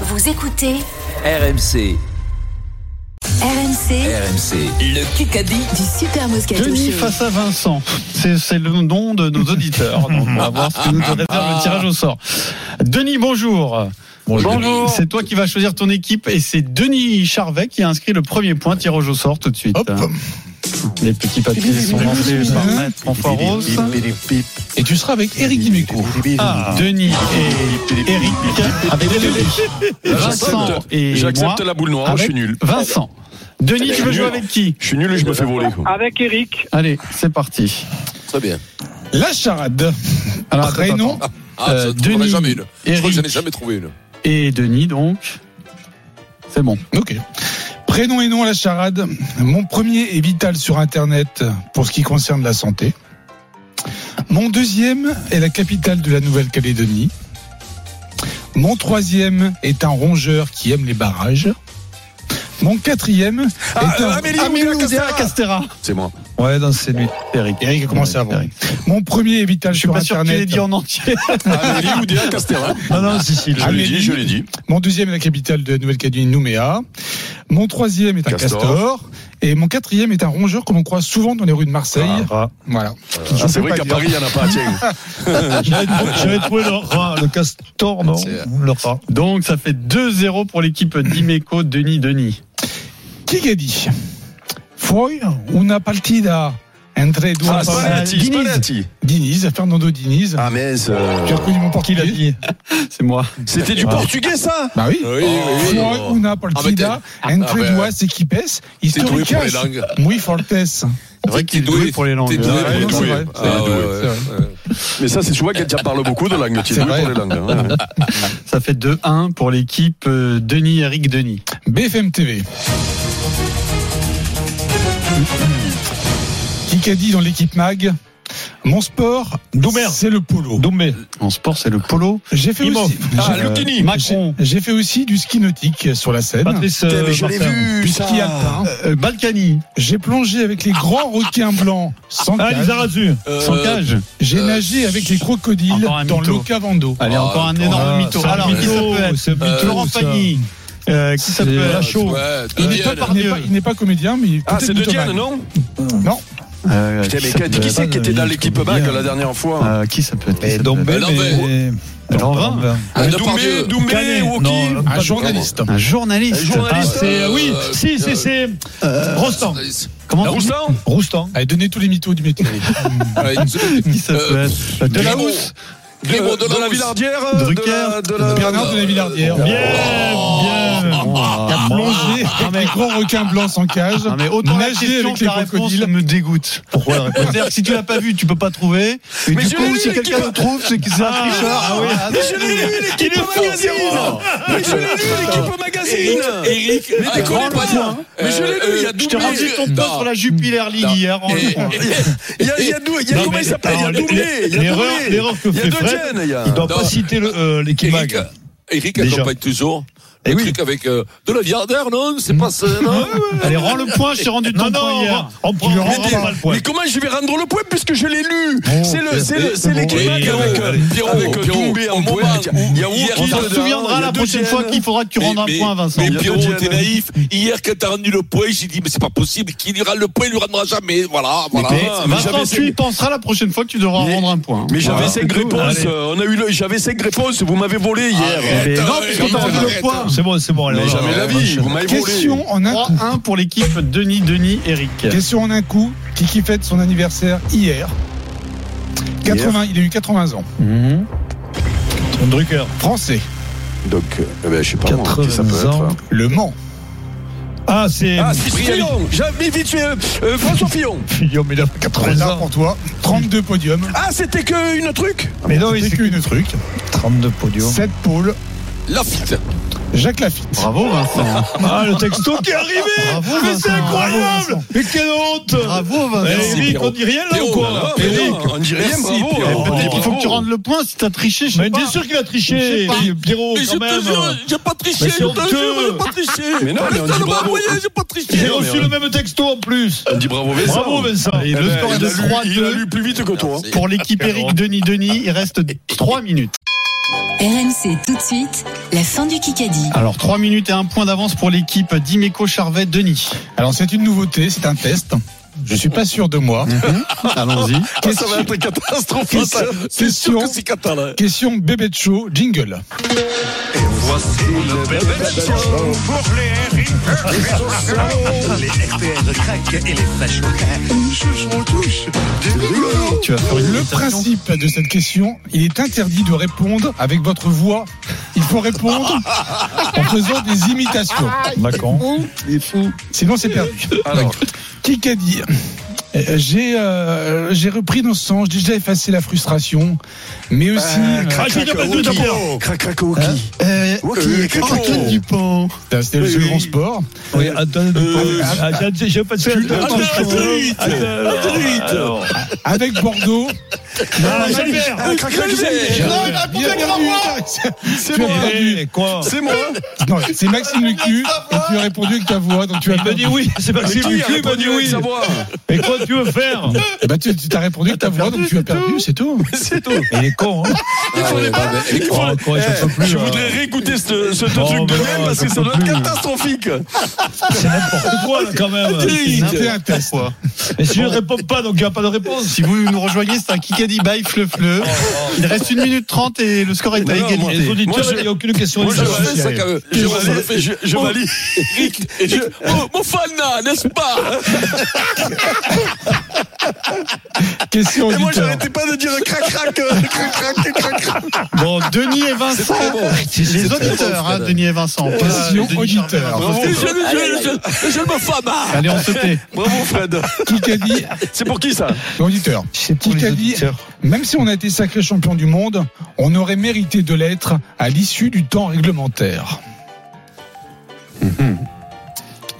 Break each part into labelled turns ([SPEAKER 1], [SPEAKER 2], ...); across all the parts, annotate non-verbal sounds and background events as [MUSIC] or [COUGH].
[SPEAKER 1] Vous écoutez
[SPEAKER 2] RMC,
[SPEAKER 1] RMC
[SPEAKER 2] RMC, le Kikadi.
[SPEAKER 1] du Super Moscato
[SPEAKER 3] Denis
[SPEAKER 1] Show.
[SPEAKER 3] face à Vincent. C'est c'est le nom de nos auditeurs. Donc on va voir ce que nous réserve le tirage au sort. Denis, bonjour.
[SPEAKER 4] Bonjour.
[SPEAKER 3] Denis, C'est toi qui vas choisir ton équipe et c'est Denis Charvet qui a inscrit le premier point tirage au sort tout de suite.
[SPEAKER 4] Hop.
[SPEAKER 3] Les petits papiers sont lancés par Maître Fanfaros.
[SPEAKER 4] Et tu seras avec Eric Dimeco.
[SPEAKER 3] Ah, Denis et Eric avec Vincent
[SPEAKER 5] J'accepte.
[SPEAKER 3] et moi.
[SPEAKER 5] J'accepte la boule noire,
[SPEAKER 3] avec
[SPEAKER 5] je suis nul.
[SPEAKER 3] Vincent. Denis, tu veux jouer avec qui
[SPEAKER 5] Je suis nul et je me fais voler. quoi.
[SPEAKER 6] Avec Eric.
[SPEAKER 3] Allez, c'est parti.
[SPEAKER 7] [LAUGHS] Très bien.
[SPEAKER 4] La charade.
[SPEAKER 3] Alors, Ah, attends,
[SPEAKER 4] Prénom.
[SPEAKER 3] attends.
[SPEAKER 7] Ah,
[SPEAKER 3] Euh,
[SPEAKER 7] ça, j'en ai
[SPEAKER 3] Denis,
[SPEAKER 7] jamais une. Je crois que j'en
[SPEAKER 3] Eric.
[SPEAKER 7] ai jamais trouvé une.
[SPEAKER 3] Et Denis, donc. C'est bon.
[SPEAKER 4] Ok. Prénom et nom à la charade. Mon premier est vital sur Internet pour ce qui concerne la santé. Mon deuxième est la capitale de la Nouvelle-Calédonie. Mon troisième est un rongeur qui aime les barrages. Mon quatrième est
[SPEAKER 3] Ah,
[SPEAKER 4] un... Ah,
[SPEAKER 3] Castera. Castera.
[SPEAKER 7] C'est moi.
[SPEAKER 4] Ouais, non, c'est lui.
[SPEAKER 3] Eric.
[SPEAKER 4] Eric a commencé avant. Mon premier est vital
[SPEAKER 3] Je suis
[SPEAKER 4] sur
[SPEAKER 3] pas sûr qu'il ait
[SPEAKER 4] Internet.
[SPEAKER 3] dit en entier.
[SPEAKER 7] Amélie Ah, ou Déa Castera
[SPEAKER 3] non, non, si, si.
[SPEAKER 7] Je l'ai dit, je l'ai dit.
[SPEAKER 4] Mon deuxième est la capitale de la Nouvelle-Calédonie, Nouméa. Mon troisième est un castor.
[SPEAKER 7] Castor.
[SPEAKER 4] Et mon quatrième est un rongeur que l'on croise souvent dans les rues de Marseille. Voilà. Je
[SPEAKER 7] Ah, c'est
[SPEAKER 4] peux
[SPEAKER 7] vrai
[SPEAKER 4] pas
[SPEAKER 7] qu'à Ah,
[SPEAKER 4] dire.
[SPEAKER 7] Paris, il n'y en a pas. Tiens.
[SPEAKER 3] J'avais trouvé le rat, le castor, non
[SPEAKER 7] C'est-
[SPEAKER 3] Le rat. Donc, ça fait 2-0 pour l'équipe d'Imeco, Denis, Denis.
[SPEAKER 4] Qui a dit Foi una partida entre deux
[SPEAKER 3] Ah, Spalletti,
[SPEAKER 7] Spalletti.
[SPEAKER 4] Diniz, Fernando Diniz.
[SPEAKER 7] Ah, mais c'est-
[SPEAKER 4] Tu as reconnu mon
[SPEAKER 3] Qui l'a
[SPEAKER 4] portugais
[SPEAKER 3] dit C'est moi.
[SPEAKER 7] c'était du portugais, ça
[SPEAKER 4] Bah oui.
[SPEAKER 7] Oui, oui, oui.
[SPEAKER 4] Foi una partida entre
[SPEAKER 7] Ah, ben,
[SPEAKER 4] deux équipes
[SPEAKER 7] T'es doué pour les
[SPEAKER 4] históricas
[SPEAKER 7] langues.
[SPEAKER 4] muy fortes.
[SPEAKER 7] C'est vrai
[SPEAKER 3] qu'il est doué pour les langues.
[SPEAKER 7] T'es doué
[SPEAKER 3] Ouais,
[SPEAKER 7] pour
[SPEAKER 4] ouais,
[SPEAKER 7] les
[SPEAKER 4] c'est vrai.
[SPEAKER 7] langues. Ah,
[SPEAKER 4] C'est
[SPEAKER 7] ouais,
[SPEAKER 4] vrai.
[SPEAKER 7] ouais. Mais ça, c'est souvent quand tu en parles beaucoup de langues. T'es
[SPEAKER 4] C'est
[SPEAKER 7] doué
[SPEAKER 4] vrai.
[SPEAKER 7] pour les langues. hein.
[SPEAKER 3] Ça fait 2-1 pour l'équipe euh, Denis, Eric, Denis.
[SPEAKER 4] BFM TV. Qui a dit dans l'équipe MAG Mon sport, c'est le polo.
[SPEAKER 3] Doumbé. En sport, c'est le polo.
[SPEAKER 4] J'ai fait,
[SPEAKER 3] Imo.
[SPEAKER 4] aussi,
[SPEAKER 7] Ah,
[SPEAKER 4] j'ai-
[SPEAKER 7] le Kini.
[SPEAKER 3] Macron.
[SPEAKER 4] j'ai fait aussi du ski nautique sur la Seine,
[SPEAKER 3] Patrice
[SPEAKER 7] Putain,
[SPEAKER 3] euh,
[SPEAKER 7] mais je l'ai
[SPEAKER 3] Martin.
[SPEAKER 7] vu.
[SPEAKER 4] du ski alpin.
[SPEAKER 3] Euh, Balkany.
[SPEAKER 4] J'ai plongé avec les grands requins blancs sans
[SPEAKER 3] Ah,
[SPEAKER 4] cage.
[SPEAKER 3] les Arasu.
[SPEAKER 7] Euh,
[SPEAKER 3] Sans cage.
[SPEAKER 4] J'ai
[SPEAKER 7] Euh,
[SPEAKER 4] nagé avec les crocodiles
[SPEAKER 3] encore un
[SPEAKER 4] dans
[SPEAKER 3] mytho.
[SPEAKER 4] l'Ocavando.
[SPEAKER 3] Allez,
[SPEAKER 7] Ah,
[SPEAKER 3] encore un
[SPEAKER 7] attends,
[SPEAKER 3] énorme
[SPEAKER 4] ah,
[SPEAKER 3] mytho.
[SPEAKER 4] c'est un
[SPEAKER 3] Alors, qui ça
[SPEAKER 4] mytho, Euh,
[SPEAKER 3] peut
[SPEAKER 4] c'est un
[SPEAKER 3] être
[SPEAKER 4] mytho,
[SPEAKER 3] Laurent
[SPEAKER 4] ça.
[SPEAKER 3] Fanny. Euh, qui ça peut
[SPEAKER 7] Ouais,
[SPEAKER 3] être
[SPEAKER 7] ouais,
[SPEAKER 4] Il n'est
[SPEAKER 7] Diane.
[SPEAKER 4] pas, il n'est pas- il n'est pas comédien, mais il est
[SPEAKER 7] Ah,
[SPEAKER 4] peut-être
[SPEAKER 7] c'est de
[SPEAKER 4] mythomane.
[SPEAKER 7] Diane, non
[SPEAKER 4] Non, Bah,
[SPEAKER 3] Euh,
[SPEAKER 7] Putain,
[SPEAKER 3] qui
[SPEAKER 7] mais
[SPEAKER 3] ça
[SPEAKER 7] Cathy,
[SPEAKER 3] peut
[SPEAKER 7] qui
[SPEAKER 3] être
[SPEAKER 7] c'est qui était dans l'équipe MAC la dernière fois
[SPEAKER 3] Euh, qui ça peut être Qui ça peut
[SPEAKER 7] Ben, non, mais-
[SPEAKER 3] être Lanvin
[SPEAKER 7] Ah,
[SPEAKER 3] Doumé,
[SPEAKER 7] Doumé, Doumé,
[SPEAKER 3] Canet.
[SPEAKER 7] Woki
[SPEAKER 3] Non,
[SPEAKER 4] un journaliste.
[SPEAKER 3] Un journaliste.
[SPEAKER 7] Ah. Un journaliste,
[SPEAKER 3] Ah, c'est-
[SPEAKER 7] euh,
[SPEAKER 3] oui,
[SPEAKER 7] euh,
[SPEAKER 3] si, c'est,
[SPEAKER 7] euh,
[SPEAKER 3] c'est. Rostand. Comment
[SPEAKER 7] Roustan
[SPEAKER 3] Roustan.
[SPEAKER 4] Allez, donnez tous les mythos
[SPEAKER 3] [LAUGHS]
[SPEAKER 4] du métier.
[SPEAKER 7] Ouais, une-
[SPEAKER 3] Qui ça peut
[SPEAKER 7] Euh,
[SPEAKER 3] être De la
[SPEAKER 7] Grimaud.
[SPEAKER 3] housse.
[SPEAKER 7] Grimaud de la Villardière
[SPEAKER 3] Drucker.
[SPEAKER 7] de la,
[SPEAKER 4] Bernard de la Villardière.
[SPEAKER 3] Bien,
[SPEAKER 7] Oh.
[SPEAKER 3] bien.
[SPEAKER 4] a plongé
[SPEAKER 3] Ah,
[SPEAKER 4] avec les grands requins blancs sans cage.
[SPEAKER 3] Non mais autant la
[SPEAKER 4] Nager
[SPEAKER 3] question
[SPEAKER 4] avec
[SPEAKER 3] que
[SPEAKER 4] les
[SPEAKER 3] la réponse
[SPEAKER 4] crocodiles.
[SPEAKER 3] me dégoûte. Pourquoi la réponse C'est-à-dire que si tu l'as pas vu, tu peux pas trouver. Mais,
[SPEAKER 7] Mais
[SPEAKER 3] du
[SPEAKER 7] je
[SPEAKER 3] coup,
[SPEAKER 7] l'ai
[SPEAKER 3] si
[SPEAKER 7] lu,
[SPEAKER 3] quelqu'un
[SPEAKER 7] l'équipe.
[SPEAKER 3] le trouve, c'est que c'est un tricheur. Ah oui.
[SPEAKER 7] Mais je l'ai lu, l'équipe magazine Mais je l'ai lu, l'équipe magazine Eric, mais
[SPEAKER 3] Ah,
[SPEAKER 7] déconnez
[SPEAKER 3] grand
[SPEAKER 7] pas
[SPEAKER 3] point.
[SPEAKER 7] non. Mais je l'ai lu, il y a
[SPEAKER 3] Je t'ai
[SPEAKER 7] Doumé
[SPEAKER 3] rendu ton poste
[SPEAKER 7] Non.
[SPEAKER 3] sur la Jupiler League
[SPEAKER 7] Non.
[SPEAKER 3] hier.
[SPEAKER 7] Et- et-
[SPEAKER 3] en-
[SPEAKER 7] Il y a, il y a Doumé, il y a
[SPEAKER 3] Non,
[SPEAKER 7] comment
[SPEAKER 3] mais-
[SPEAKER 7] il s'appelle Il y a
[SPEAKER 3] alors,
[SPEAKER 7] Doumé, il y a
[SPEAKER 3] l'erreur-
[SPEAKER 7] Doumé.
[SPEAKER 3] l'erreur que
[SPEAKER 7] Il y a
[SPEAKER 3] fait
[SPEAKER 7] deux
[SPEAKER 3] Fred,
[SPEAKER 7] Diane, il y a...
[SPEAKER 3] Il doit
[SPEAKER 7] Non.
[SPEAKER 3] pas citer le, euh, l'équipe
[SPEAKER 7] Eric,
[SPEAKER 3] mag.
[SPEAKER 7] Eric
[SPEAKER 3] Déjà.
[SPEAKER 7] accompagne toujours. Le
[SPEAKER 3] Eh oui.
[SPEAKER 7] truc avec euh, de la viandeur, non C'est pas ça, non
[SPEAKER 3] Allez, rends le point, je t'ai rendu ton
[SPEAKER 4] non,
[SPEAKER 3] point
[SPEAKER 4] on
[SPEAKER 3] hier.
[SPEAKER 4] va-
[SPEAKER 3] On
[SPEAKER 4] prend- on
[SPEAKER 7] Mais,
[SPEAKER 4] prend pas
[SPEAKER 7] mais comment je vais rendre le point puisque je l'ai lu C'est le, c'est le, c'est l'équipe
[SPEAKER 3] Oui,
[SPEAKER 7] avec,
[SPEAKER 3] Pierrot, allez.
[SPEAKER 7] avec, Pierrot, avec
[SPEAKER 5] Pierrot,
[SPEAKER 7] Doumbé en moment. Il y a Wookie
[SPEAKER 3] On se
[SPEAKER 7] dedans,
[SPEAKER 3] souviendra
[SPEAKER 7] il y a
[SPEAKER 3] la prochaine
[SPEAKER 7] Dodienne.
[SPEAKER 3] fois qu'il faudra que tu rendes un point, Vincent.
[SPEAKER 5] Mais
[SPEAKER 3] Il y a
[SPEAKER 5] Pierrot,
[SPEAKER 3] deux
[SPEAKER 5] t'es
[SPEAKER 3] Diane.
[SPEAKER 5] naïf. Hier, quand t'as rendu le point, j'ai dit, mais c'est pas possible. Qui lui rend le point, il lui rendra jamais. Voilà, voilà.
[SPEAKER 3] Mais
[SPEAKER 5] Mais
[SPEAKER 3] Vincent,
[SPEAKER 5] j'avais-
[SPEAKER 3] tu y penseras la prochaine fois que tu devras
[SPEAKER 7] Mais-
[SPEAKER 3] rendre un point.
[SPEAKER 7] Mais j'avais
[SPEAKER 3] Voilà.
[SPEAKER 7] cinq
[SPEAKER 3] C'est tout.
[SPEAKER 7] réponses.
[SPEAKER 3] Allez.
[SPEAKER 7] euh, On a eu le, j'avais cinq réponses. Vous m'avez volé
[SPEAKER 3] Eh
[SPEAKER 7] hier.
[SPEAKER 3] ben,
[SPEAKER 5] Arrête,
[SPEAKER 3] Non, puisqu'on t'a rendu le
[SPEAKER 5] arrête.
[SPEAKER 3] point.
[SPEAKER 8] C'est bon, c'est bon.
[SPEAKER 7] Mais
[SPEAKER 8] Alors,
[SPEAKER 7] jamais la vie. Vous m'avez volé.
[SPEAKER 4] Question en un coup.
[SPEAKER 3] 3-1 pour l'équipe Denis, Denis, Eric.
[SPEAKER 4] Question en un coup. Kiki fête son anniversaire hier. 80, il a eu 80 ans.
[SPEAKER 3] Mhm.
[SPEAKER 8] Drucker.
[SPEAKER 4] Français.
[SPEAKER 7] Donc, euh, eh ben, je sais pas moi, qui ça
[SPEAKER 8] 80
[SPEAKER 7] peut être.
[SPEAKER 8] ans.
[SPEAKER 7] hein.
[SPEAKER 4] Le Mans.
[SPEAKER 8] Ah, c'est.
[SPEAKER 7] Ah, c'est Fillon. J'avais vite fait, euh, euh, François Fillon.
[SPEAKER 8] Guillaume, il a
[SPEAKER 4] Très
[SPEAKER 8] 80
[SPEAKER 4] là
[SPEAKER 8] ans.
[SPEAKER 4] pour toi. 32 podiums.
[SPEAKER 7] Ah, c'était que une truc.
[SPEAKER 8] Mais non, il
[SPEAKER 4] C'est
[SPEAKER 8] s'est
[SPEAKER 4] qu'une truc.
[SPEAKER 8] 32 podiums.
[SPEAKER 4] 7 pôles.
[SPEAKER 5] Lafitte.
[SPEAKER 4] Jacques Lafitte.
[SPEAKER 3] Bravo Vincent.
[SPEAKER 8] [LAUGHS] Ah, le texto qui est arrivé
[SPEAKER 3] Bravo,
[SPEAKER 8] Mais
[SPEAKER 3] Vincent.
[SPEAKER 8] c'est incroyable
[SPEAKER 3] Bravo,
[SPEAKER 8] Mais quelle honte
[SPEAKER 3] Bravo
[SPEAKER 8] Eh,
[SPEAKER 3] Vincent.
[SPEAKER 8] Eric,
[SPEAKER 7] Pierrot.
[SPEAKER 8] on dit rien là ou
[SPEAKER 7] Pierrot,
[SPEAKER 8] quoi Eh,
[SPEAKER 7] là, Ah, mais
[SPEAKER 8] Eric
[SPEAKER 7] non, on dit rien,
[SPEAKER 8] Merci,
[SPEAKER 7] bravo.
[SPEAKER 8] Pierrot.
[SPEAKER 7] Oh,
[SPEAKER 3] Il faut que tu
[SPEAKER 7] bravo.
[SPEAKER 3] rendes le point si t'as triché, je sais
[SPEAKER 8] Mais
[SPEAKER 3] pas.
[SPEAKER 8] bien sûr qu'il a
[SPEAKER 3] Je sais
[SPEAKER 8] triché
[SPEAKER 3] pas.
[SPEAKER 8] Pierrot,
[SPEAKER 5] Mais je
[SPEAKER 8] quand
[SPEAKER 5] te jure,
[SPEAKER 8] même
[SPEAKER 5] j'ai pas triché.
[SPEAKER 8] Mais
[SPEAKER 5] Je
[SPEAKER 8] c'est
[SPEAKER 5] te jure,
[SPEAKER 8] honteux.
[SPEAKER 5] j'ai pas triché.
[SPEAKER 7] Mais non, mais on
[SPEAKER 5] Arrêtez
[SPEAKER 7] dit
[SPEAKER 5] de
[SPEAKER 7] bravo.
[SPEAKER 5] m'envoyer, j'ai pas triché.
[SPEAKER 8] J'ai reçu le même texto en plus
[SPEAKER 7] On dit bravo Vincent.
[SPEAKER 8] Bravo Vincent
[SPEAKER 3] Euh,
[SPEAKER 8] Euh,
[SPEAKER 3] Et
[SPEAKER 7] Eh
[SPEAKER 3] le
[SPEAKER 7] ben,
[SPEAKER 3] score est de
[SPEAKER 7] il a lu- Il a
[SPEAKER 3] 3-2
[SPEAKER 7] lu plus vite que toi.
[SPEAKER 3] pour l'équipe Eric Denis Denis. Il reste 3 minutes.
[SPEAKER 1] RMC tout de suite, la fin du Kikadi.
[SPEAKER 3] Alors, 3 minutes et un point d'avance pour l'équipe d'Imeco Charvet Denis.
[SPEAKER 4] Alors c'est une nouveauté, c'est un test. Je suis pas sûr de moi.
[SPEAKER 3] [LAUGHS] Allons-y.
[SPEAKER 7] Ah, ça va être catastrophique.
[SPEAKER 4] Question-
[SPEAKER 7] Ah, C'est sûr que
[SPEAKER 4] question-
[SPEAKER 7] c'est hein. cata,
[SPEAKER 3] Euh,
[SPEAKER 7] là.
[SPEAKER 4] Question bébé de show, jingle.
[SPEAKER 3] Tu vas faire une
[SPEAKER 4] Le
[SPEAKER 3] imitation.
[SPEAKER 4] principe de cette question, il est interdit de répondre avec votre voix. Il
[SPEAKER 3] [LAUGHS]
[SPEAKER 4] faut répondre en faisant des imitations.
[SPEAKER 3] D'accord.
[SPEAKER 4] Sinon, c'est perdu. Alors, qui qu'a dit Euh, J'ai euh, j'ai repris dans ce sens, j'ai déjà effacé la frustration, mais aussi.
[SPEAKER 9] Ah, j'ai déjà battu d'abord.
[SPEAKER 3] Euh,
[SPEAKER 7] Euh,
[SPEAKER 3] Antoine Dupont.
[SPEAKER 4] Putain, C'était le
[SPEAKER 7] Oui,
[SPEAKER 4] jeu
[SPEAKER 7] oui.
[SPEAKER 4] grand sport.
[SPEAKER 9] Oui,
[SPEAKER 3] J'ai pas
[SPEAKER 7] Attends, attends, vite. Attends, vite.
[SPEAKER 4] Avec Bordeaux.
[SPEAKER 9] Ah, Jalbert.
[SPEAKER 7] Jalbert.
[SPEAKER 4] [LAUGHS] C'est moi.
[SPEAKER 9] Quoi
[SPEAKER 7] C'est moi.
[SPEAKER 4] Non, c'est Maxime Lecu et tu as répondu avec ta voix, donc tu as
[SPEAKER 9] Il m'a dit
[SPEAKER 4] perdu.
[SPEAKER 9] oui, c'est Maxime
[SPEAKER 7] Qui a
[SPEAKER 9] Ducu, il m'a
[SPEAKER 7] répondu
[SPEAKER 9] dit
[SPEAKER 7] avec
[SPEAKER 9] oui.
[SPEAKER 7] sa voix
[SPEAKER 9] Et quoi tu veux faire
[SPEAKER 4] Bah, tu tu t'as répondu avec ta voix, donc tu as perdu, c'est tout.
[SPEAKER 7] C'est tout.
[SPEAKER 9] Il est con, hein
[SPEAKER 7] Ah ouais, bah, bah, écoute,
[SPEAKER 9] Oh, quoi, je peux plus,
[SPEAKER 7] Je
[SPEAKER 9] euh.
[SPEAKER 7] voudrais réécouter ce, ce
[SPEAKER 9] Non,
[SPEAKER 7] truc de
[SPEAKER 9] mais
[SPEAKER 7] même
[SPEAKER 9] non,
[SPEAKER 7] parce que
[SPEAKER 9] j'en
[SPEAKER 7] ça
[SPEAKER 9] peux
[SPEAKER 7] doit être
[SPEAKER 9] plus.
[SPEAKER 7] catastrophique.
[SPEAKER 9] C'est n'importe quoi, là, quand même.
[SPEAKER 4] C'était un test.
[SPEAKER 9] Et si je ne réponds pas, donc il n'y a pas de réponse.
[SPEAKER 3] Si vous nous rejoignez, c'est un Kikadi by Fleu Fleu. Il reste 1 minute 30 et le score est à
[SPEAKER 7] Oh, Non, moi,
[SPEAKER 9] Les
[SPEAKER 3] égalité.
[SPEAKER 7] Moi,
[SPEAKER 9] auditeurs,
[SPEAKER 7] je-
[SPEAKER 9] il n'y a aucune question.
[SPEAKER 7] Moi, je
[SPEAKER 9] d'état
[SPEAKER 7] valide ça
[SPEAKER 9] social.
[SPEAKER 7] quand même. Je valide. Je, je valide. oh, Eric, Eric,
[SPEAKER 5] Oh,
[SPEAKER 7] mon, mon fana, n'est-ce pas
[SPEAKER 4] Question
[SPEAKER 7] Et moi,
[SPEAKER 4] auditeur.
[SPEAKER 7] j'arrêtais pas de dire crac, crac, euh, crac, crac, crac, crac, crac.
[SPEAKER 3] Bon, Denis et Vincent.
[SPEAKER 7] très bon.
[SPEAKER 3] Les
[SPEAKER 7] très
[SPEAKER 3] auditeurs,
[SPEAKER 7] bon,
[SPEAKER 3] hein,
[SPEAKER 7] Fred.
[SPEAKER 3] Denis et Vincent. pas
[SPEAKER 4] Question
[SPEAKER 3] Denis
[SPEAKER 4] auditeur.
[SPEAKER 3] Charvet.
[SPEAKER 7] Bravo, je, je, je, je, je me fana.
[SPEAKER 3] Allez, on se tait.
[SPEAKER 7] Bravo, Fred.
[SPEAKER 4] Qui qu'a dit
[SPEAKER 7] C'est pour qui ça
[SPEAKER 4] Auditeur. Qui qu'a dit Même si on a été sacré champion du monde, on aurait mérité de l'être à l'issue du temps réglementaire.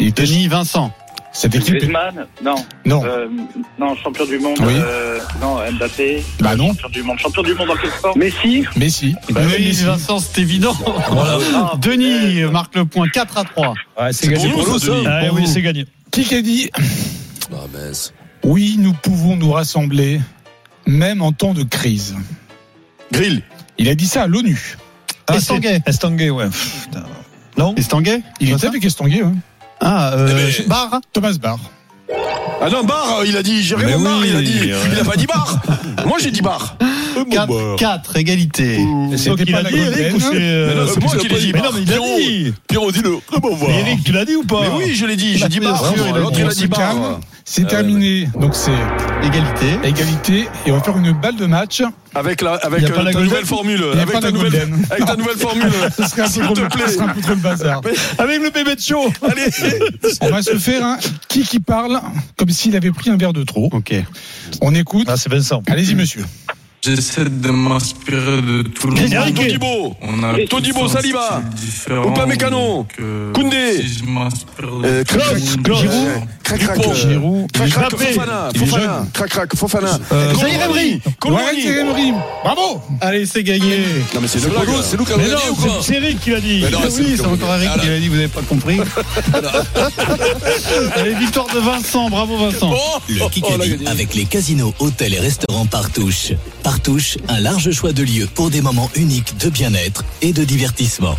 [SPEAKER 4] Il était-
[SPEAKER 3] Denis, Vincent.
[SPEAKER 4] Cette équipe.
[SPEAKER 6] Griezmann, non,
[SPEAKER 4] Non.
[SPEAKER 6] euh, non, champion du monde,
[SPEAKER 4] Oui.
[SPEAKER 6] euh, non, Mbappé,
[SPEAKER 4] Bah non.
[SPEAKER 6] champion du monde, champion du monde en quel sport Messi,
[SPEAKER 4] Messi.
[SPEAKER 3] Bah oui, Vincent, c'est évident. Denis marque le point 4 à 3.
[SPEAKER 9] Ouais, c'est
[SPEAKER 7] Pour
[SPEAKER 9] gagné.
[SPEAKER 7] nous, ça
[SPEAKER 9] Ah
[SPEAKER 3] Pour
[SPEAKER 9] oui,
[SPEAKER 3] vous.
[SPEAKER 9] c'est gagné.
[SPEAKER 4] Qui qu'a dit
[SPEAKER 7] Ah, mince.
[SPEAKER 4] Oui, nous pouvons nous rassembler, même en temps de crise.
[SPEAKER 7] Grill.
[SPEAKER 4] Il a dit ça à l'ONU.
[SPEAKER 3] Ah,
[SPEAKER 4] Ah,
[SPEAKER 3] Estanguet.
[SPEAKER 9] Estanguet, ouais. Non
[SPEAKER 3] Estanguet
[SPEAKER 4] Il était avec Estanguet, hein.
[SPEAKER 3] Ah, euh,
[SPEAKER 7] Eh ben-
[SPEAKER 3] Barre
[SPEAKER 4] Thomas Barr.
[SPEAKER 7] Ah non, bar, euh, il a dit, j'ai
[SPEAKER 9] Mais
[SPEAKER 7] rien bar,
[SPEAKER 9] oui,
[SPEAKER 7] il a dit.
[SPEAKER 9] ouais.
[SPEAKER 7] Il a pas dit bar. Moi, j'ai dit bar.
[SPEAKER 3] 4, 4, égalité.
[SPEAKER 9] C'est toi
[SPEAKER 4] C'était
[SPEAKER 9] qui
[SPEAKER 4] pas
[SPEAKER 9] l'as
[SPEAKER 4] la
[SPEAKER 9] dit,
[SPEAKER 4] Golden,
[SPEAKER 9] Eric, ou
[SPEAKER 4] hein.
[SPEAKER 9] c'est.
[SPEAKER 7] Mais non,
[SPEAKER 9] euh,
[SPEAKER 7] c'est moi qui l'ai dit.
[SPEAKER 9] Mais non, mais il
[SPEAKER 7] Pierrot.
[SPEAKER 9] l'a dit.
[SPEAKER 7] Pierrot, dis-le. Comment voir
[SPEAKER 9] Eric, tu l'as dit ou pas
[SPEAKER 7] Mais oui, je l'ai dit. J'ai dit bar.
[SPEAKER 3] sûr, il a
[SPEAKER 7] Ah, L'autre,
[SPEAKER 3] dit.
[SPEAKER 7] il
[SPEAKER 4] On
[SPEAKER 7] a
[SPEAKER 4] se
[SPEAKER 7] dit Ah, bar.
[SPEAKER 4] calme. C'est terminé. Donc c'est
[SPEAKER 3] Égalité.
[SPEAKER 4] égalité. Et on va faire une balle de match.
[SPEAKER 7] Avec la, avec
[SPEAKER 4] Il y a
[SPEAKER 7] euh,
[SPEAKER 4] pas la
[SPEAKER 7] ta
[SPEAKER 4] Golden.
[SPEAKER 7] nouvelle formule.
[SPEAKER 4] y a
[SPEAKER 7] Avec
[SPEAKER 4] pas
[SPEAKER 7] ta
[SPEAKER 4] la
[SPEAKER 7] nouvelle,
[SPEAKER 4] Golden.
[SPEAKER 7] avec ta nouvelle formule.
[SPEAKER 4] Ce serait [LAUGHS] un peu
[SPEAKER 7] S'il
[SPEAKER 4] trop
[SPEAKER 7] te
[SPEAKER 4] le-
[SPEAKER 7] plaît.
[SPEAKER 4] ce serait un peu trop le
[SPEAKER 7] [LAUGHS]
[SPEAKER 4] bazar.
[SPEAKER 9] Avec le bébé de show.
[SPEAKER 7] Allez,
[SPEAKER 4] On va se faire un qui qui parle comme s'il avait pris un verre de trop.
[SPEAKER 3] Ok.
[SPEAKER 4] On écoute.
[SPEAKER 9] Ah, c'est Vincent.
[SPEAKER 4] Allez-y, monsieur.
[SPEAKER 10] J'essaie de m'inspirer de tout le
[SPEAKER 9] Génial.
[SPEAKER 10] monde.
[SPEAKER 9] Eric.
[SPEAKER 7] Todibo.
[SPEAKER 10] On a
[SPEAKER 7] Et Todibo,
[SPEAKER 10] tous un
[SPEAKER 7] Saliba.
[SPEAKER 10] style différent,
[SPEAKER 7] Upamecano.
[SPEAKER 10] donc, euh,
[SPEAKER 7] Koundé.
[SPEAKER 10] Si je m'inspire de
[SPEAKER 7] Euh,
[SPEAKER 10] tout le
[SPEAKER 7] Klaus.
[SPEAKER 10] monde,
[SPEAKER 9] Klaus.
[SPEAKER 10] euh,
[SPEAKER 9] Giroud.
[SPEAKER 7] Crac, crac. euh,
[SPEAKER 4] Giroud.
[SPEAKER 7] Crac, crac.
[SPEAKER 9] Mbappé.
[SPEAKER 7] Fofana.
[SPEAKER 4] Il est
[SPEAKER 7] Fofana. Crac, crac. Fofana. Euh,
[SPEAKER 3] Zahir Emery.
[SPEAKER 4] Arrête,
[SPEAKER 7] Colomani.
[SPEAKER 4] c'est Emery. Bravo.
[SPEAKER 3] Allez, c'est gagné.
[SPEAKER 7] Non, mais c'est le blague. C'est Lucas
[SPEAKER 9] Mais non,
[SPEAKER 7] Mounier ou
[SPEAKER 9] c'est-
[SPEAKER 7] quoi
[SPEAKER 9] c'est Eric qui l'a dit.
[SPEAKER 7] Mais non, c'est
[SPEAKER 3] oui,
[SPEAKER 7] Lucas
[SPEAKER 3] c'est encore
[SPEAKER 7] Mounier.
[SPEAKER 3] Eric qui
[SPEAKER 7] Alors,
[SPEAKER 3] l'a dit, vous n'avez pas compris. [LAUGHS] Allez, victoire de Vincent, bravo Vincent.
[SPEAKER 7] oh,
[SPEAKER 5] Le
[SPEAKER 7] oh, oh, là, il a
[SPEAKER 5] Kikadi
[SPEAKER 7] gagné.
[SPEAKER 5] avec les casinos, hôtels et restaurants Partouche. Partouche, un large choix de lieux pour des moments uniques de bien-être et de divertissement.